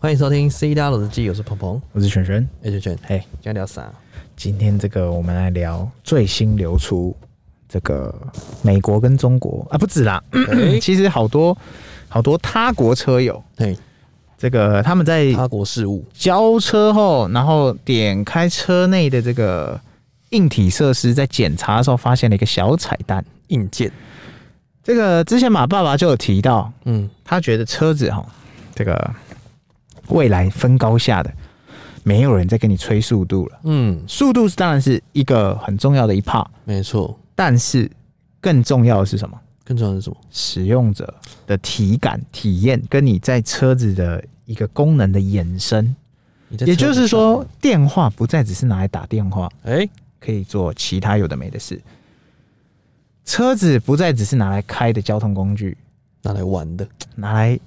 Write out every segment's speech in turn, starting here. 欢迎收听《C 大佬日记》，我是鹏鹏，我是璇璇。哎，圈圈，嘿，今天聊啥？今天这个我们来聊最新流出这个美国跟中国啊，不止啦，哎， 其实好多好多他国车友，嘿，这个他们在他国事务，交车后，然后点开车内的这个硬体设施，在检查的时候发现了一个小彩蛋。硬件，这个之前马爸爸就有提到，嗯，他觉得车子哈，这个未来分高下的，没有人再跟你吹速度了。嗯，速度是当然是一个很重要的一 part，没错。但是更重要的是什么？更重要的是什么？使用者的体感体验跟你在车子的一个功能的延伸，你在也车就子是上，说，电话不再只是拿来打电话，哎，可以做其他有的没的事。车子不再只是拿来开的交通工具，拿来玩的，拿来、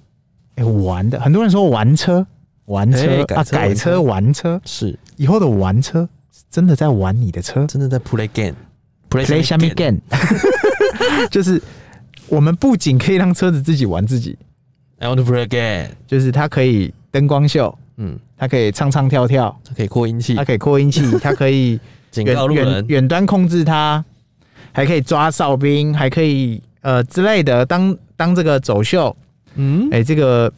诶玩的。很多人说玩车，玩车、诶哎改啊，车改车玩车，是以后的玩车是真的在玩你的车真的在 play game，play ，play 下面 game， game，就是 我们不仅可以让车子自己玩自己， I want to play game。就是它可以灯光秀，嗯，它可以唱唱跳跳，它可以扩音器它，可以扩 音器，它可以警远告路啊远人，远端控制它，还可以抓哨兵，还可以呃之类的。当当这个走秀，嗯，哎、这个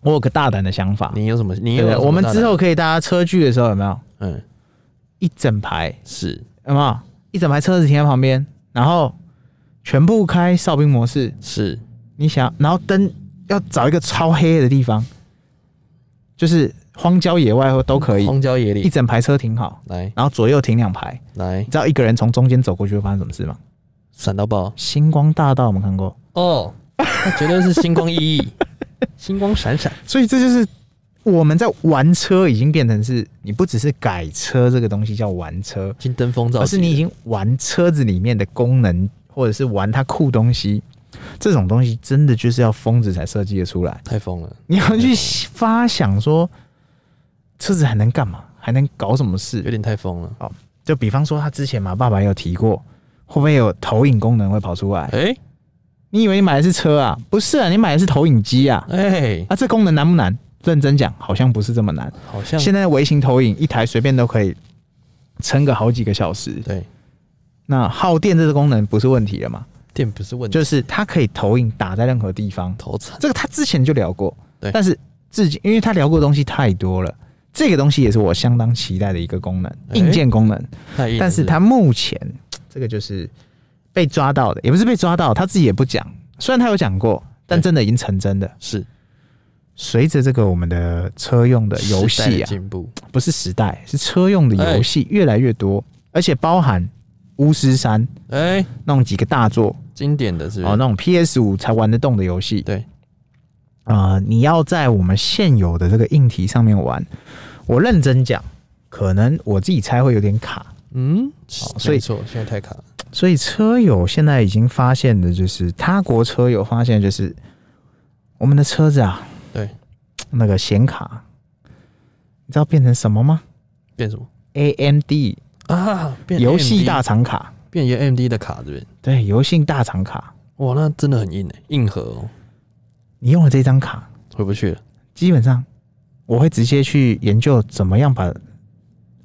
我有个大胆的想法，你有什么？你有对不什对么我们大之胆，后可以大家车距的时候有没有嗯，一整排是有没有一整排车子停在旁边，然后全部开哨兵模式，是，你想，然后灯要找一个超黑的地方，就是荒郊野外或都可以，荒郊野一里，整排车停好，来然后左右停两排。来你，知道一个人从中间走过去会发生什么事吗？闪到爆星光大道我们看过，哦，那绝对是星光熠熠， 星光闪闪，所以这就是我们在玩车已经变成是，你不只是改车这个东西叫玩车，已经登峰造而极是了，你已经玩车子里面的功能，或者是玩它酷东西。这种东西真的就是要疯子才设计得出来。太疯了，你要去发想说，车子还能干嘛？还能搞什么有事？点太疯了。就比方说，他之前嘛，爸爸也有提过，会不会有投影功能会跑出来？哎你以为你买的是车啊？不是啊，你买的是投影机啊！哎，啊，这功能难不难？认真讲，好像不是这么难。好像现在的微型投影一台随便都可以撑个好几个小时，对那耗电这个功能不是问题了嘛？电不是问题，就是它可以投影打在任何地方，头惨。这个他之前就聊过，对但是至今因为他聊过的东西太多了，这个东西也是我相当期待的一个功能，诶硬件功能。太硬了但是他目前这个就是被抓到的，也不是被抓到，他自己也不讲。虽然他有讲过，但对真的已经成真的。是随着这个我们的车用的游时代的戏啊，进哎步，不是时代，是车用的游戏越来越多，而且包含巫师三哎，那种几个大作，经典的是不哦，是那种 PS 五才玩得动的游戏，对，啊，你要在我们现有的这个硬体上面玩，我认真讲，可能我自己猜会有点卡。嗯，所以没错，现在太卡了，所以车友现在已经发现的就是，他国车友发现的就是，我们的车子啊，对，那个显卡，你知道变成什么吗变什么？AMD 啊？变游戏 AMD 大厂卡，变 AMD 的卡这边，对，游戏大厂卡，哇，那真的很硬哎，硬核哦，你用了这张卡，回不去了。基本上我会直接去研究怎么样把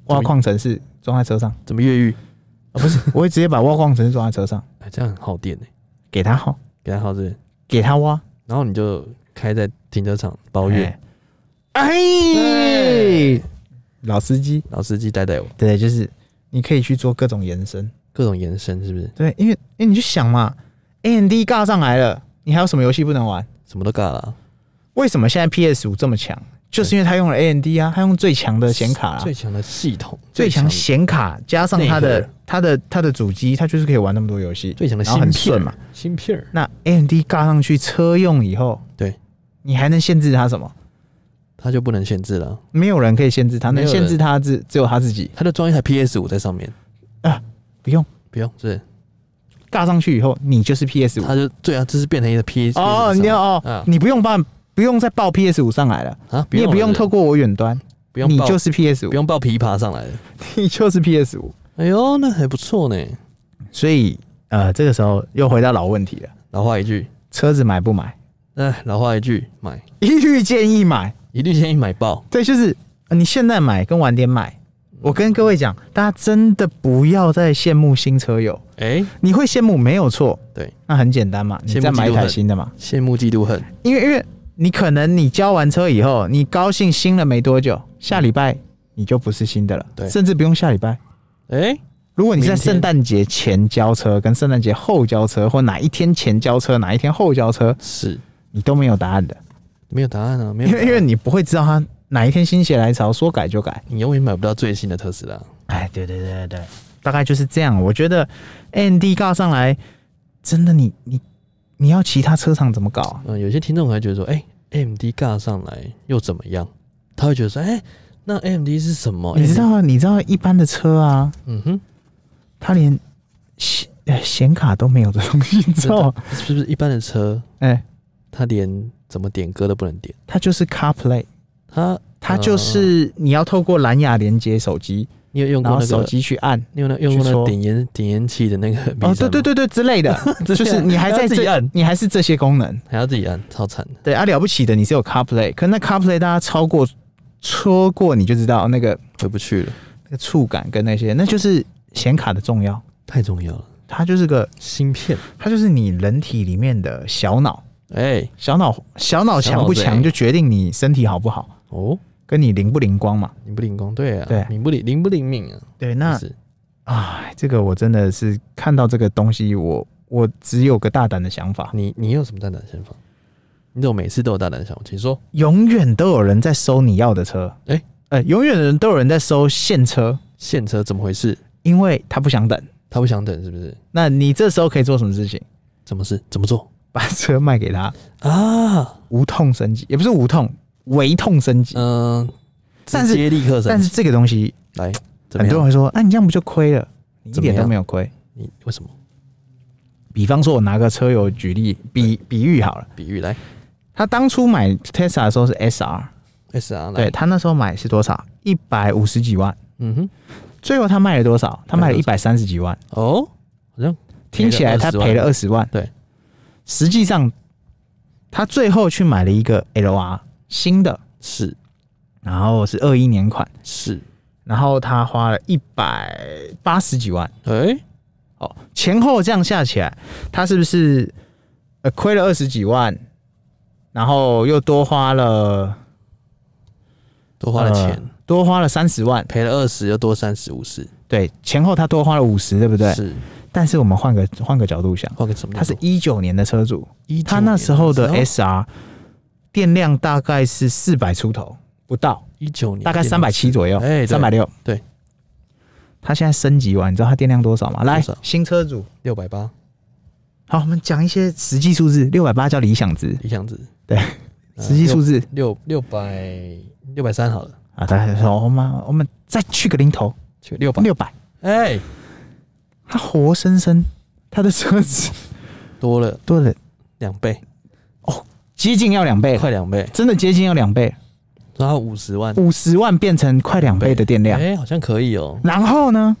挖矿城市装在车 上，怎么越狱？啊、不是，我会直接把挖矿城市装在车上， 哎，这样很耗电哎，给他耗，给他耗这边，给他挖。然后你就开在停车场包月，哎，老司机，老司机带带我，对，就是你可以去做各种延伸，各种延伸是不是？对，因为因为你就想嘛，AMD 尬上来了，你还有什么游戏不能玩？什么都尬了啊，为什么现在 PS 五这么强？就是因为它用了 AMD 啊，它用最强的显卡啊，最强的系统，最强的显卡加上内它的核它的它的主机，它就是可以玩那么多游戏，最强的然后芯很片顺嘛。，芯片儿那 AMD 尬上去车用以后，对你还能限制它什么？它就不能限制了，没有人可以限制它，没能有人限制它只只有他自己，它就装一台 PS 五在上面，啊不用。不用是尬上去以后，你就是 PS 五。它就对啊，就是变成一个 PS 哦，你要哦，啊你不用办，不用再报 PS 五上来了，啊，你也不用了透过我远端，不用你抱就是 PS 五不，用抱琵琶上来了，你就是 PS 五。哎呦，那还不错呢。所以呃，这个时候又回到老问题了，老话一句，车子买不买？哎，老话一句，买一律建议买，一律建议买爆。对，就是呃你现在买跟晚点买。我跟各位讲，大家真的不要再羡慕新车友，哎、你会羡慕没有错，对，那很简单嘛，你羡慕再买一嫉妒台恨新的嘛，羡慕嫉妒恨，因为因为你可能你交完车以后，你高兴新了没多久，下礼拜你就不是新的了，对甚至不用下礼拜。哎、如果你在明天圣诞节前交车，跟圣诞节后交车，或哪一天前交车，哪一天后交车，是你都没有答案的，没有答案啊，没有因答为案，因为你不会知道他哪一天心血来潮说改就改。你永远买不到最新的特斯拉。哎，对对对对对，大概就是这样。我觉得 AMD 告上来，真的你你你要其他车厂怎么搞啊？嗯、有些听众还觉得说，哎、m d 尬上来又怎么样？他会觉得说，哎、那 AMD 是什么？你知？道你知道一般的车啊，嗯哼，它连显呃显卡都没有的东西，你知道吗？是不是一般的车，哎、它连怎么点歌都不能点？它就是 CarPlay，它它就是你要透过蓝牙连接手机，你有用然啊过后那手个？机去按。你有那用过去那戳个点烟点烟器的那个？哦，对对，对对之 类的，就是你还在自己这，按，你还是这些功能。还要自己按，超惨的。对啊，了不起的，你是有 CarPlay，可那 CarPlay 大家超过戳过你就知道那个回不去了，那个触感跟那些，那就是显卡的重要。太重要了。它就是个，芯片，它就是你人体里面的小脑，哎、小脑小脑强不小脑强子就决定你身体好不好，哦，跟你灵不灵光嘛。灵不灵光？对啊，对啊灵不灵灵不灵敏啊？对，那就是啊，这个我真的是看到这个东西，我我只有个大胆的想法，你你有什么大胆的想法？你怎么每次都有大胆的想法？请说。永远都有人在收你要的车，哎呃，永远人都有人在收现车，现车怎么回事？因为他不想等。他不想等是不是？那你这时候可以做什么事情？ 怎么事？怎么做把车卖给他，啊？无痛升级，也不是无痛，微痛升级。嗯、但直是接立刻但升是级。这个东西，来，怎么很多人样？会说，那、啊你这样不就亏了？你一怎么点样都没有亏。你为什么？比方说，我拿个车友举例，比比喻好了，比喻来他当初买 Tesla 的时候是 SR， ，S R 来，对他那时候买是多少？一百五十几万，嗯哼，最后他卖了多少？他卖了一150百三十几万，哦，好像听起来他赔了二，二十万。对，实际上他最后去买了一个 LR 新的，是然后是二一年款，是，然后他花了一百八十几万。哎、哦，前后这样下起来，他是不是呃亏了二十几万，然后又多花了多花了钱，呃多花了三十万，赔、了二十，又多三十五十，对，前后他多花了五十，对不对？是但是我们换个换个角度想，换个什么角他度？是一九年的车主，一他那时候的 S SR 电量大概是四百出头，不到，一九年大概电三百七左右，哎对三百六，对。他现在升级完，你知道他电量多少吗？来多少，新车主，六百八好，我们讲一些实际数字，六百八叫理想值，理想值，对，实际数字啊六六百六百三好了，啊，大家说我们我们再去个零头，去啊六百，六百，哎、他活生生他的车子多了多了两倍，接近要两倍，快两倍，真的接近要两倍，然后五十万五十万变成快两倍的电量，哎、好像可以哦。然后呢，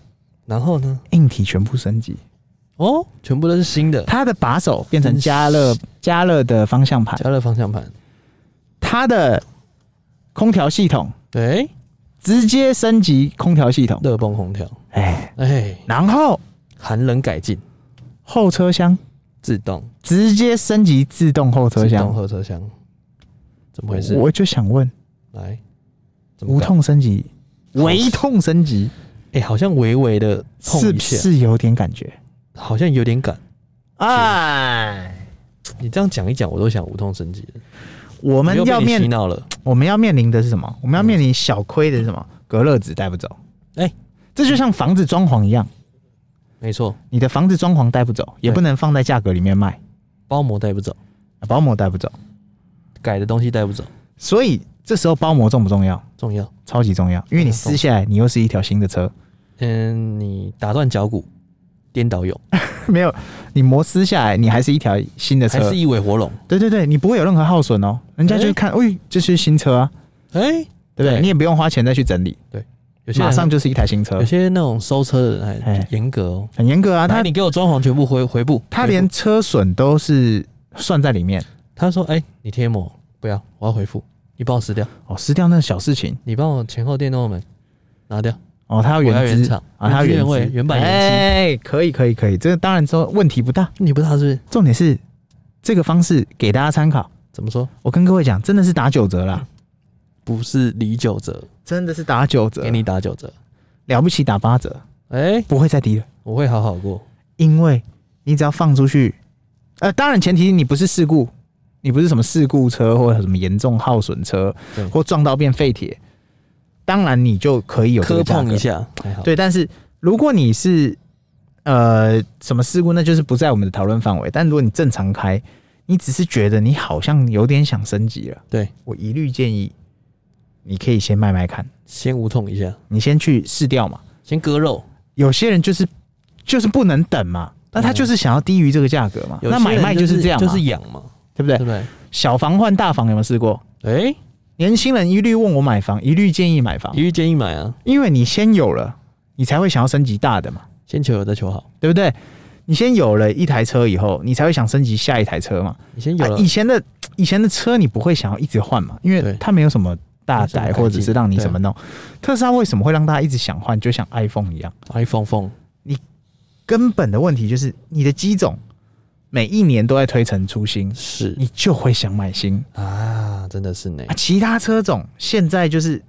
然后呢？硬体全部升级，哦，全部都是新 的，它的把手变成加热加热的方向盘，加热方向盘，它的空调系统对，直接升级空调系统，热泵空调，哎，哎，然后寒冷改进，后车厢自动直接升级自动后车自动厢，后车厢，怎么回事？我就想问。来，怎么无搞？痛升级，好微痛升级，哎、好像微微的痛是一不下，是有点感觉？好像有点感。哎，你这样讲一讲，我都想无痛升级了。我我们又被要你洗面脑了，我们要面临的嗯是什么？我们要面临小亏的是什么？隔热纸带不走。哎这就像房子装潢一样，没错，你的房子装潢带不走，也对不能放在价格里面卖，包膜带不走，包膜带不走。改的东西带不走，所以这时候包膜重不重要？重要。超级重要，因为你嗯撕下来，你又是一条新的车。 嗯，你打断脚骨，颠倒泳，没有，你膜撕下来，你还是一条新的还车是。一尾活龙？对对对，你不会有任何耗损哦，人家就哎看，哎，这是新车啊，哎、对不对？对你也不用花钱再去整理，有些人马上就是一台新车有，些那种收车的人还哎严格哦。很严格啊。他他你给我装潢全部回回部，他回连复车损都是算在里面，他说哎、你贴膜不要，我要回复，你帮我撕掉，哦，撕掉那个小事情你帮我前后电动门拿掉，哦，它要我要原原汁厂啊，它要原汁原原味汁原版原漆哎，可以可以可以，这个当然说问题不大，你不知道是不是？重点是这个方式给大家参考。怎么说？我跟各位讲，真的是打九嗯折啦，不是李九折，真的是打九折给，你打九折。了不起打八折，哎、不会再低了，我会好好过。因为你只要放出去，呃，当然前提你不是事故，你不是什么事故车或者什么严重耗损车对，或撞到变废铁，当然你就可以有这磕个价格碰一下还好。对，但是如果你是呃什么事故，那就是不在我们的讨论范围。但如果你正常开，你只是觉得你好像有点想升级了，对，我一律建议你可以先卖卖看，先无痛一下，你先去试掉嘛。先割肉。有些人就是就是不能等嘛，那他就是想要低于这个价格嘛，嗯有那些买人卖就是这样嘛，就是养嘛，对不对对不？对？小房换大房有没有试过？哎、年轻人一律问我买房，一律建议买房一，律建议买啊，因为你先有了，你才会想要升级大的嘛。先求有再求好。对不对？你先有了一台车以后，你才会想升级下一台车嘛。你先有啊了，以前的以前的车你不会想要一直换嘛，因对为它没有什么大没改有什么改进或者是让你怎么弄。特斯拉为什么会让大家一直想换？就像 iPhone 一样， iPhone 风根本的问题就是你的机种每一年都在推陈出新，是你就会想买新啊，真的是呢啊。。其他车种现在就是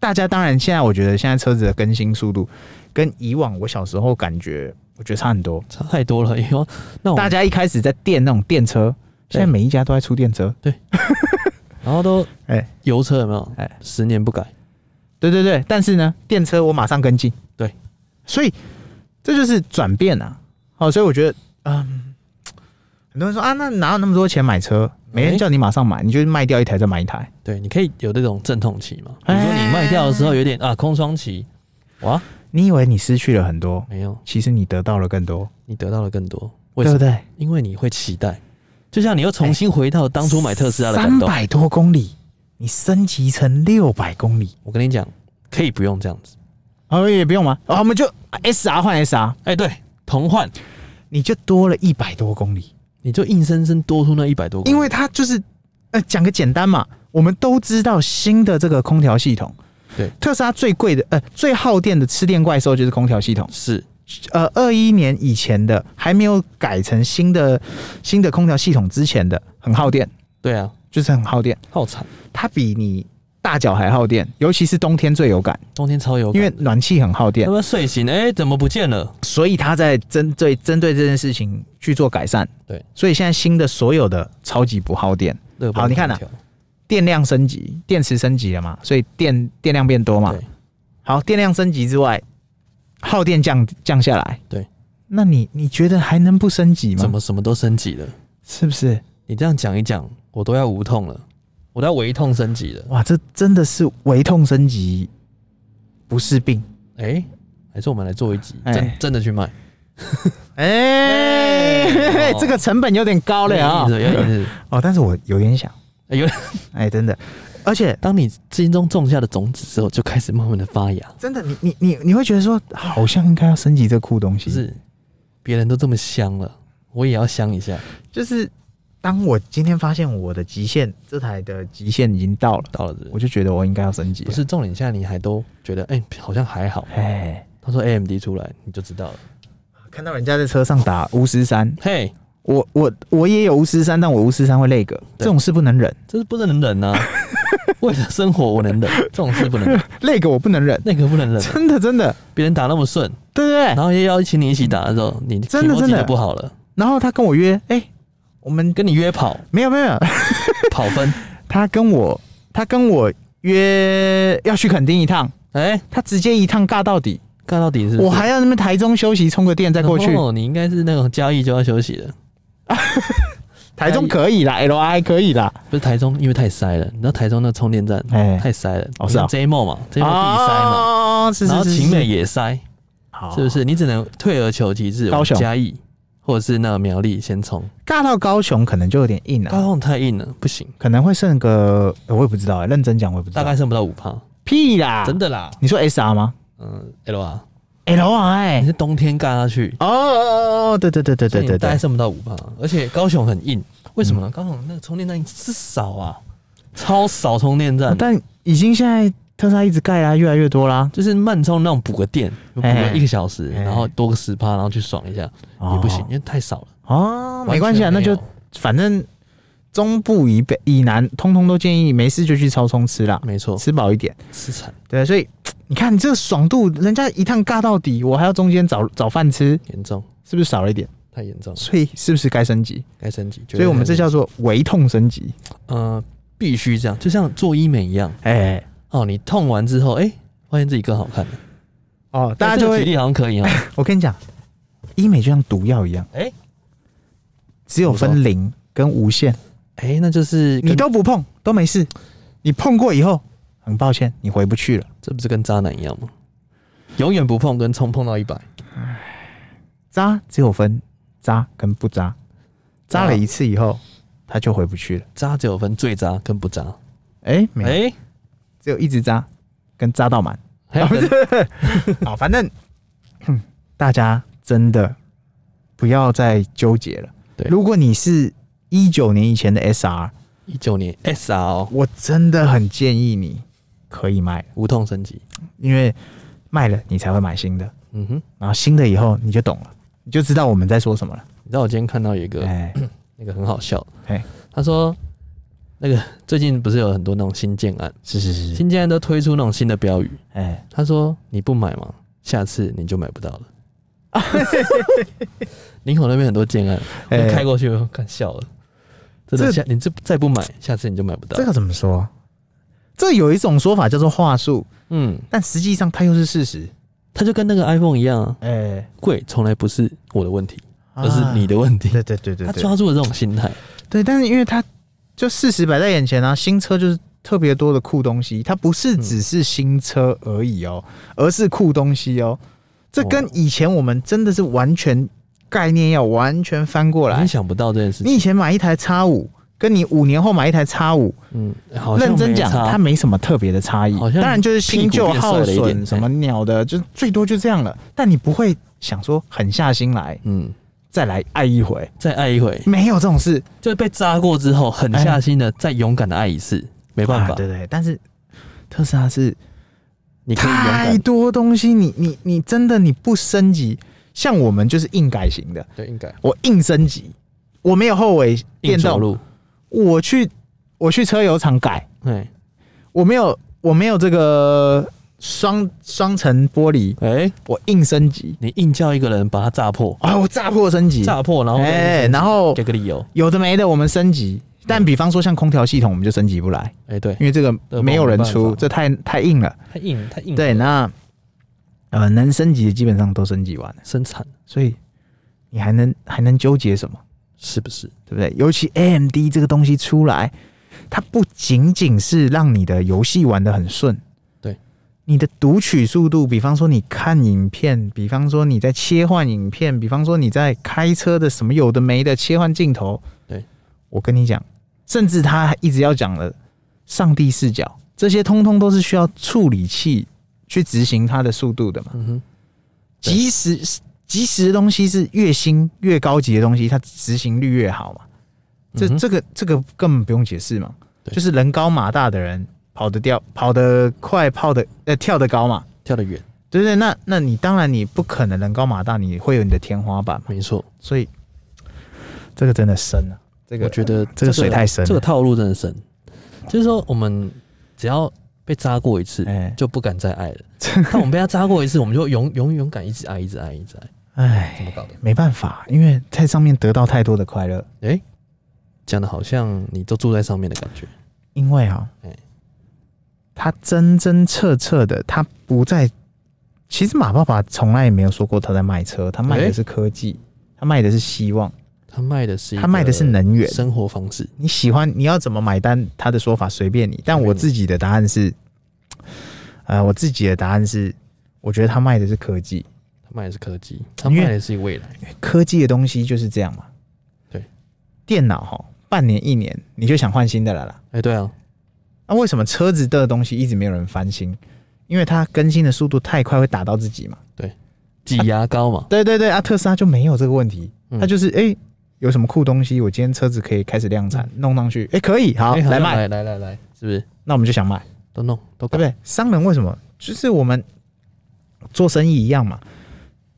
大家当然现在我觉得现在车子的更新速度跟以往我小时候感觉我觉得差很多。差太多了，因为那我大家一开始在电那种电车，哦对现在每一家都在出电车。然后都哎油车有没有？哎十年不改，对对对，但是呢，电车我马上跟进。对，所以这就是转变啊。好、所以我觉得，嗯，很多人说啊，那哪有那么多钱买车？没人哎叫你马上买，你就卖掉一台再买一台。对，你可以有那种阵痛期嘛。哎比如说你卖掉的时候有点啊空窗期，哇，你以为你失去了很多，没有，其实你得到了更多，你得到了更多，为对什不么？对？因为你会期待，就像你又重新回到当初买特斯拉的感三动。百多公里，你升级成六百公里，我跟你讲，可以不用这样子。哦，也不用吗？哦，我们就 S R 换 S R，哎，对，同换，你就多了一百多公里。你就硬生生多出那一百多公里，因为它就是，呃，讲个简单嘛，我们都知道新的这个空调系统，对特斯拉最贵的，呃，最耗电的吃电怪兽就是空调系统。是呃，二一年以前的还没有改成新的新的空调系统之前的，很耗电，对啊，就是很耗电，耗材，它比你大脚还耗电，尤其是冬天最有感，冬天超油，因为暖气很耗电他，们睡醒，哎、怎么不见了？所以它在针对针对这件事情去做改善。对，所以现在新的所有的超级不耗电。热好你看呐啊、电量升级，电池升级了嘛，所以电电量变多嘛对。好，电量升级之外，耗电降降下来。对，那你你觉得还能不升级怎吗？么什么都升级了？是不是？你这样讲一讲，我都要无痛了，我都要微痛升级了。哇，这真的是微痛升级，不是病。哎、还是我们来做一集，哎真真的去卖，哎哦哎、哎这个成本有点高好了啊、有点意思。有点意思哦，但是我有点想，哎有点，哎、真的，而且当你心中种下的种子之后，就开始慢慢的发芽。真的，你你你你会觉得说，好像应该要升级这酷东西，就，是别人都这么香了，我也要香一下。就是当我今天发现我的极限，这台的极限已经到了，到了是不我是，就觉得我应该要升级了。不，是重点下你还都觉得，哎、好像还好。哎，他说 AMD 出来，你就知道了。看到人家在车上打巫师三，嘿、我我我也有巫师三，但我巫师三会累个，对这种事不能忍，这是不能忍呐、为了生活我能忍，这种事不能 忍， 累个我不能忍，那个不能忍。真的真的，别人打那么顺，对对对。然后又要请你一起打的时候，你真的 kimoji 真的就不好了，然后他跟我约，哎、我们跟你约跑 没有没有，没有跑分， 他跟我他跟我约要去垦丁一趟，哎、他直接一趟尬到底，干到底是不是我还要那边台中休息充个电再过去，哦，你应该是那种嘉义就要休息的，台中可以啦，L I 可以啦，不是台中，因为太塞了，你知道台中那充电站、哎太塞了，哦是啊 j m o 嘛，J m o 必塞嘛，哦，是然后是是，晴美也塞，好是不是？你只能退而求其次，高往雄嘉义或者是那个苗栗先冲，尬到高雄可能就有点硬了、高雄太硬了，不行，可能会剩个，呃我也不知道、欸，认真讲我也不知道。大概剩不到五趴，屁啦，真的啦，你说 S R 吗嗯，L 啊。 ？L R 你哎，是冬天干下去，哦哦哦，对对对对所对以对嗯你大概对，剩不到五磅，而且高雄很硬，为什么呢？高雄那个充电站是少啊，超少充电站，哦但已经现在特斯拉一直盖啊啦，越来越多啦，就是慢充那种补个电，补哎个一个小时，哎然后多个十趴，然后去爽一下也不行，因为太少了。哦，完没关系啊，全那就有反正中部以北以南，通通都建议没事就去超充吃啦，没错，吃饱一点。吃惨对，所以你看你这个爽度，人家一趟尬到底，我还要中间找找饭吃，严重，是不是少了一点？太严重了，所以是不是该升级？该升级。绝所对以我们该这升叫做微痛升级。级呃必须这样，就像做医美一样哎、哦，你痛完之后，哎、发现自己更好看了，哦，大家哎这就个会举例好像可 以哦。我跟你讲，医美就像毒药一样，哎、哎只有分零跟无限，哎、那就是跟你都不碰都没事，你碰过以后，很抱歉，你回不去了。这不是跟渣男一样吗？永远不碰跟冲碰到一百，渣只有分渣跟不渣，渣渣了一次以后，他就回不去了。渣只有分最渣跟不渣。哎、没有，哎、只有一直渣跟渣到满。还有哦分 好，反正大家真的不要再纠结了。对如果你是一九年以前的 SR，一九年 S R 哦，我真的很建议你可以卖了，无痛升级。因为卖了你才会买新的，嗯哼，然后新的以后你就懂了，你就知道我们在说什么了。你知道我今天看到有一个 哎，那个很好笑嘿，他说那个最近不是有很多那种新建案，是是是是，新建案都推出那种新的标语，哎，他说你不买嘛，下次你就买不到 了。林口那边很多建案，我哎开过去看笑了，真的这下你这再不买，下次你就买不到这。个怎么说？这有一种说法叫做话术，嗯，但实际上它又是事实。他就跟那个 iPhone 一样啊，哎，贵从来不是我的问题，而是你的。的问题。啊对对啊对对他对，抓住了这种心态，对，但是因为它就事实摆在眼前啊，新车就是特别多的酷东西，它不是只是新车而已哦，嗯而是酷东西哦。这跟以前我们真的是完全概念要完全翻过我来真。想不到这件事你情。以前买一台叉五，跟你五年后买一台叉五，嗯，好像认真讲，没差它没什么特别的差异。好当像然就是新旧耗屁股变帅了一损点什么鸟的，就最多就这样了。但你不会想说狠下心来嗯，再来爱一回，再爱一回，没有这种事。就是被扎过之后，狠下心的再勇敢的爱一次，没办法啊，对对，但是特斯拉是你可以勇太敢，多东西，你你你真的你不升级，像我们就是硬改型的，对，应该我硬升级，我没有后尾硬电着动，陆，我去我去车油厂改，哎我没有我没有这个双双层玻璃，哎，我硬升级，你硬叫一个人把他炸破，啊、我炸破升级，炸破，然后哎、然后给个理由，有的没的我们升级，但比方说像空调系统，我们就升级不来，哎，对，因为这个这没有嗯人没办出，法这太太硬了。太硬太硬，对，，那呃，能升级的基本上都升级完了，生产所以你还能还能纠结什么？是不是？对不对？尤其 AMD 这个东西出来，它不仅仅是让你的游戏玩得很顺，对，你的读取速度，比方说你看影片，比方说你在切换影片，比方说你在开车的什么有的没的切换镜头，对，我跟你讲，甚至他一直要讲的上帝视角，这些通通都是需要处理器去执行它的速度的嘛。嗯哼，对即使即使的东西是越新越高级的东西，它执行率越好嘛。这、嗯哼这个这个根本不用解释嘛，对就是人高马大的人跑得掉，跑得快，跑得呃跳得高嘛，跳得远，对不对？那那你当然你不可能人高马大，你会有你的天花板嘛。没错，所以这个真的深啊，这我个觉得这个水太深了这个套路真的深，就是说我们只要被扎过一次，哎就不敢再爱了。 但我们被他扎过一次，我们就勇勇勇敢一直爱，一直爱，一直爱。怎哎么搞的？没办法，因为在上面得到太多的快乐，哎、讲的好像你都住在上面的感觉。因为啊、哎他真真彻彻的，他不在。其实马爸爸从来也没有说过他在卖车，他卖的哎是科技，他卖的是希望，他卖的是一个他卖的是能源。生活方式，你喜欢你要怎么买单，他的说法随便你。但随便我你自己的答案是，呃，我自己的答案是，我觉得他卖的是科技，他卖的是科技，他卖的是未来。科技的东西就是这样嘛。对，电脑哈，半年一年你就想换新的了啦。哎、对啊，那、为什么车子的东西一直没有人翻新？因为它更新的速度太快，会打到自己嘛。挤牙膏嘛，对对对，啊，特斯拉就没有这个问题，嗯它就是哎、诶有什么酷东西，我今天车子可以开始量产，弄上去，哎、可以，好，哎来卖，来来来来，是不是那我们就想卖，都弄都对不搞？对？商人为什么就是我们做生意一样嘛？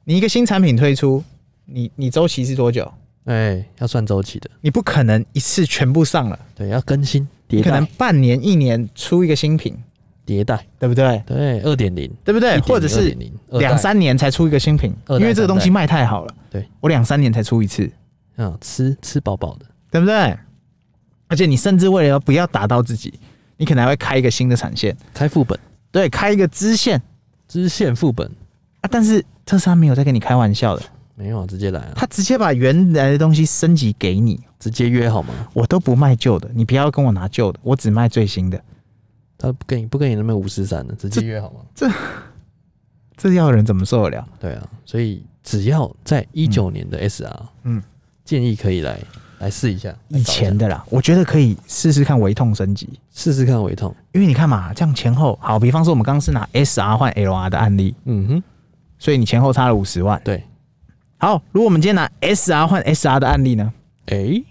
你一个新产品推出，你你周期是多久？哎，要算周期的，你不可能一次全部上了，对，要更新你迭可能代半年一年出一个新品，迭代，对不对？对，二点零，对不对？ 1.0或者是2.0两，三年才出一个新品，二因代为这个东西卖太好了。对，我两三年才出一次， 2.0嗯，吃吃饱饱的，对不对？而且你甚至为了不要打到自己，你可能还会开一个新的产线，开副本，对，开一个支线支线副本，啊。但是特斯拉没有在跟你开玩笑的，没有啊，直接来啊，他直接把原来的东西升级给你，直接约好吗？我都不卖旧的，你不要跟我拿旧的，我只卖最新的。他不跟你不跟你那边五十三的，直接约好吗？这要人怎么受得了？对啊，所以只要在一九年的 SR，嗯，建议可以来来试一下，来以搞一前下的啦，我觉得可以试试看微痛升级，试试看胃痛，因为你看嘛，这样前后好，比方说我们刚刚是拿 SR 换 LR 的案例，嗯哼，所以你前后差了五十万。对，好，如果我们今天拿 SR 换 SR 的案例呢？哎，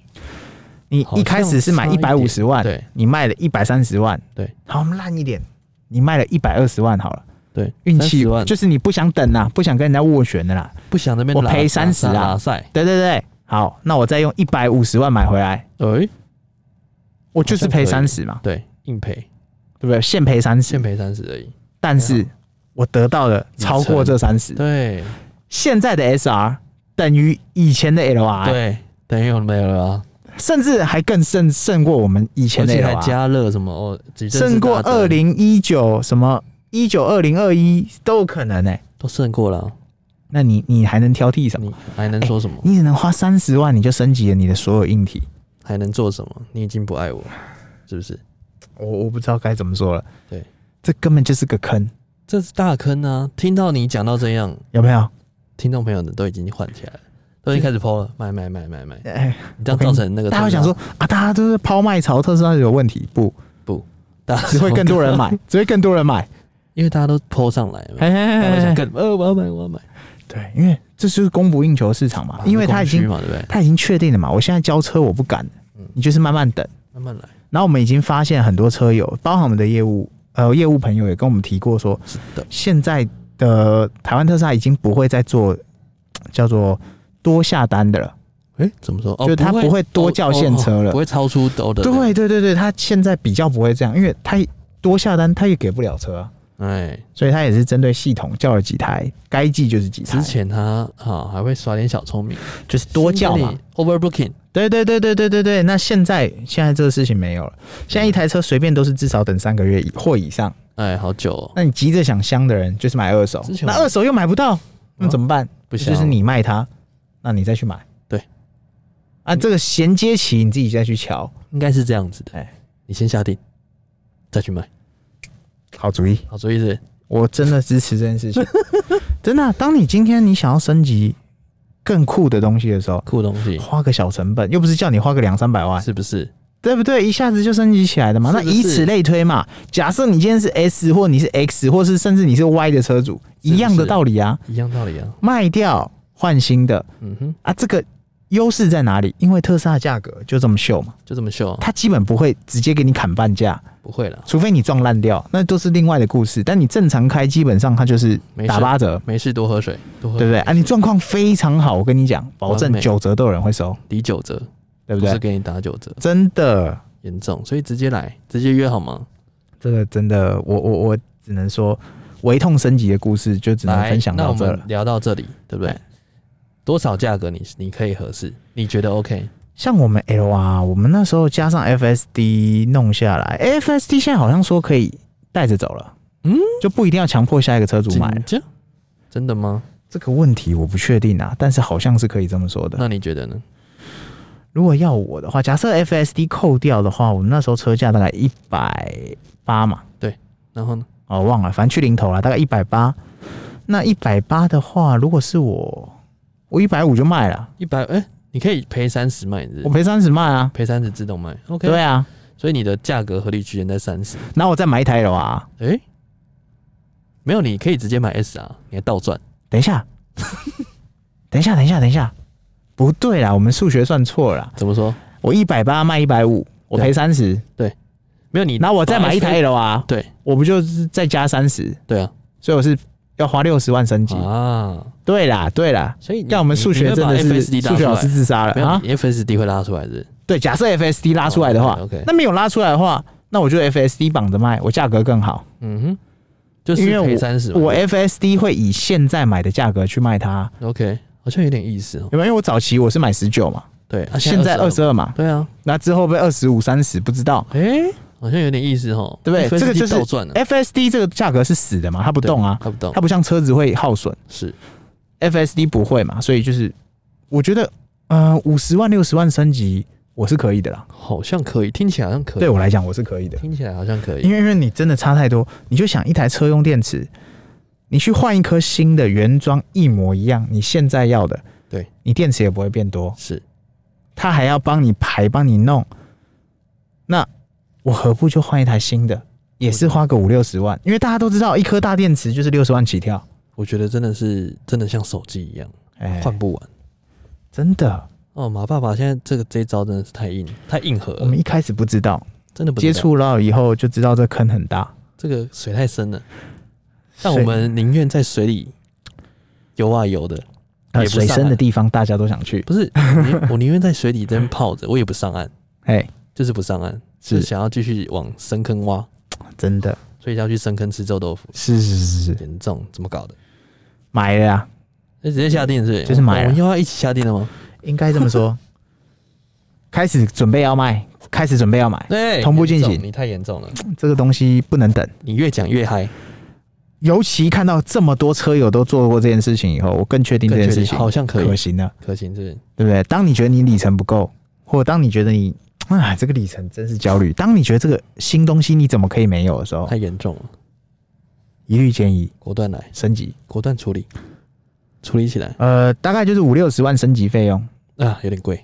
你好像一开始是买差一一百点五十万，对，你卖了一百三十万，对，好，我们烂一点，你卖了一百二十万好了，对，运气30万就是你不想等啦，啊不想跟人家斡旋的啦，不想那边我拉赔拉30啊拉拉赛，对对对，好，那我再用一百五十万买回来，哎，我就是赔好像三可以十嘛，对，硬赔，对不对？现赔三十现，赔三十而已，但是我得到的超过这三十，对现在的 SR 等于以前的 LR，对，等于有没有了啊？甚至还更胜胜过我们以前而的且还 LR，加热什么哦，矩阵式啊胜过大灯二零一九什么一九二零二一都有可能哎、都胜过了啊，那你你还能挑剔什么？你还能说什么？你只能花三十万你就升级了你的所有硬体，还能做什么？你已经不爱我，是不是？我我不知道该怎么说了。对，这根本就是个坑，这是大坑啊！听到你讲到这样，有没有？听众朋友们都已经换起来了，都已经开始抛了，买买买 买买，哎，你这样造成那个大家会想说啊，大家都是抛卖潮，特斯拉有问题， 不，不，大家 只会更多人买，只会更多人买。因为大家都抛上来哎了，哎哦 大家会哎想哎更呃我要买我要买，对，因为这就是供不应求的市场嘛，因为它已啊供需经嘛对不对？它已经确定了嘛，我现在交车我不敢嗯，你就是慢慢等。慢慢来，然后我们已经发现很多车友，包含我们的业务呃业务朋友也跟我们提过说，是的，现在的台湾特斯拉已经不会再做叫做多下单的了。哎，怎么说？哦，就是它不不会多叫现车了哦哦不会超出哦的，对对对对，他现在比较不会这样，因为他多下单他也给不了车啊，哎，所以他也是针对系统叫了几台，该寄就是几台之，前他啊还会耍点小聪明，就是多叫先。嘛给你，overbooking，对对对对对对对，那现在现在这个事情没有了，现在一台车随便都是至少等三个月以或以上，哎，好久哦，那你急着想香的人就是买二手之，前那我嗯二手又买不到，那怎么办？不就香是你卖它，那你再去买。对，啊，这个衔接期你自己再去瞧。应该是这样子的，哎哎，你先下定，再去买，好主意，好，所以是我真的支持这件事情。 真的啊、当你今天你想要升级更酷的东西的时候，酷东西，花个小成本，又不是叫你花个两三百万，是不是？对不对？一下子就升级起来的嘛。是那不是以此类推嘛。假设你今天是 S 或你是 X 或是甚至你是 Y 的车主，是一样的道理啊，一样道理啊，卖掉换新的嗯哼，啊，这个优势在哪里？因为特斯拉价格就这么秀嘛，就这么秀啊，它基本不会直接给你砍半价，不会啦，除非你撞烂掉，那都是另外的故事。但你正常开，基本上它就是没事打八折。没事多喝水，多喝对水不对啊？你状况非常好，我跟你讲，保证完美九折都有人会收，抵九折，对不不是对？给你打九折，真的，严重，所以直接来，直接约好吗？这个真的，我我我只能说，微痛升级的故事就只能来分享，那到我这哎们了。聊到这里，对不对？多少价格你你可以合适？你觉得 OK？像我们 L 啊，我们那时候加上 FSD 弄下来，FSD 现在好像说可以带着走了，嗯，就不一定要强迫下一个车主买了真。假真的吗？这个问题我不确定啊，但是好像是可以这么说的。那你觉得呢？如果要我的话，假设 FSD 扣掉的话，我们那时候车价大概一百八嘛，然后呢？哦，忘了，反正去零头了，大概一百八。那一百八的话，如果是我，我一百五就卖了，一百哎，你可以赔三十卖，你是我赔三十卖啊。赔三十自动卖，OK？对啊，所以你的价格合理区间在三十，然后我再买一台 L 啊。哎，没有，你 可以直接买啊 SR，你还倒赚，等一下，等一下，等一下，等一下，不对啦，我们数学算错了啦。怎么说？我一百八卖一百五，我对赔三十，没有你，然后我再买一台 L 啊，对我不就是再加三十？对啊所以我是要花六十万升级。啊，对啦，对啦，所以你但我们你数你学会真把的是 FSD 数打学出老师来，自杀了没有啊！你 FSD 会拉出来是对，假设 FSD 拉出来的话，哦，OK，OK 那没有拉出来的话，那我就 FSD 绑着卖，我价格更好，嗯哼，就是因为赔三十，我哎我 FSD 会以现在买的价格去卖它， OK，好像有点意思哦。有没有？因为我早期我是买十九嘛，对，啊、现在二十二，二嘛，对啊，那之后被二十五、三十不知道。诶，好像有点意思哦，对不对？ FSD 这个就是倒转了， FSD 这个价格是死的嘛，它不不动啊，它不动它，不像车子会耗损是，FSD 不会嘛，所以就是我觉得，呃，五十万、六十万升级我是可以的啦，好像可以，听起来好像可以，对我来讲我是可以的，听起来好像可以，因为因为你真的差太多，你就想一台车用电池，你去换一颗新的原装一模一样，你现在要的，对你电池也不会变多，是它还要帮你排帮你弄，那我何不就换一台新的？也是花个五六十万，因为大家都知道一颗大电池就是六十万起跳，我觉得真的是真的像手机一样哎、换不完。真的，哦，马爸爸现在这个这一招真的是太硬，太硬核我了们，一开始不知道，真呃的不接知道触到以后就知道这坑很大。这个水太深了，但水我们宁愿在水里游啊游的，呃也不啊水上深岸的地方大家都想去，不是 我宁我宁愿在水里这边泡着，我也不上岸，哎，就是不上岸，是就想要继续往深坑挖，真的所以要去深坑吃臭豆腐，是是是是严重怎么搞的？买了啊，那直接下定是不是？就是买啊我了们又要一起下定了吗？应该这么说， 开始准备要卖，开始准备要买，对，哎同步进行哎严重你太严重了，这个东西不能等。你越讲越嗨，尤其看到这么多车友都做过这件事情以后，我更确定这更件确事定情好像可以可行了，可行是不是？对不对？当你觉得你里程不够，或者当你觉得你啊这个里程真是焦虑，当你觉得这个新东西你怎么可以没有的时候，太严重了，一律建议果断来，升级。果断处理，处理起来呃，大概就是五六十万升级费用，啊，有点贵。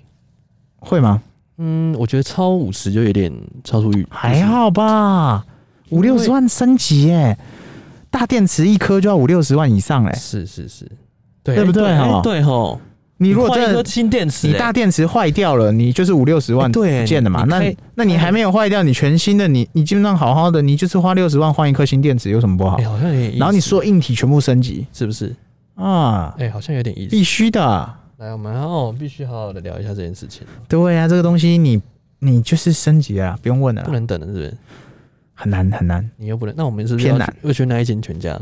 会吗？嗯，我觉得超五十就有点超出预，还好吧，五六十万升级耶、大电池一颗就要五六十万以上嘞、是是是，对对不哎对哎吼对吼，你如果换一真颗的新电池，你哎大电池坏掉了，你就是五六十万哎对不见的嘛。你那开那你还没有坏掉，你全新的，你你基本上好好的，你就是花六十万换一颗新电池，有什么不好哎？好像有点意思，然后你说硬体全部升级是不是？啊，哎，好像有点意思。必须的。来，我们哦，必须好好的聊一下这件事情，对啊，这个东西你你就是升级了啦，不用问了不啦，能等了，是不是？很难很难。你又不能，那我们是不是偏要难去要去那一间全家？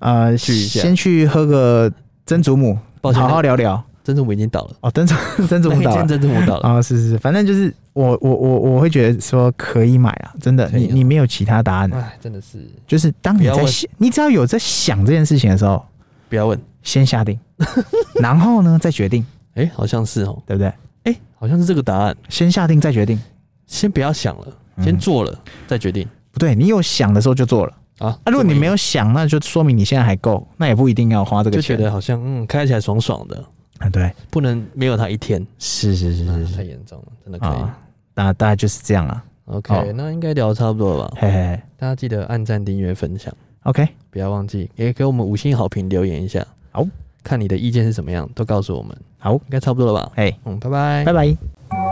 呃，去一下先去喝个曾祖母，抱歉好好聊聊珍珠母已经倒了，哦。曾祖 曾祖那母一倒了间珍珠母倒 了，啊、是是，反正就是我我我我会觉得说可以买啊，真的，可以你啊你没有其他答案了。哎，真的是就是当你不要在问想，你只要有在想这件事情的时候，不要问，先下 定，然后呢再决定，哎，好像是哦，对不对？哎，好像是这个答案，先下定再决定，先不要想了，嗯先做了再决定不对，你有想的时候就做了。啊。啊，如果你没有，有想，那就说明你现在还够，那也不一定要花这个就觉钱。得好像嗯，开起来爽爽的，啊，对，不能没有他一天，是是是啊是太是严重了，真的可以。啊，大大概就是这样啊， OK，好那应该聊得差不多了吧？嘿嘿嘿大家记得按赞、订阅、分享， ，OK，不要忘记也给我们五星好评，留言一下。好，看你的意见是什么样，都告诉我们。好，应该差不多了吧？嘿，嗯，拜拜拜。拜。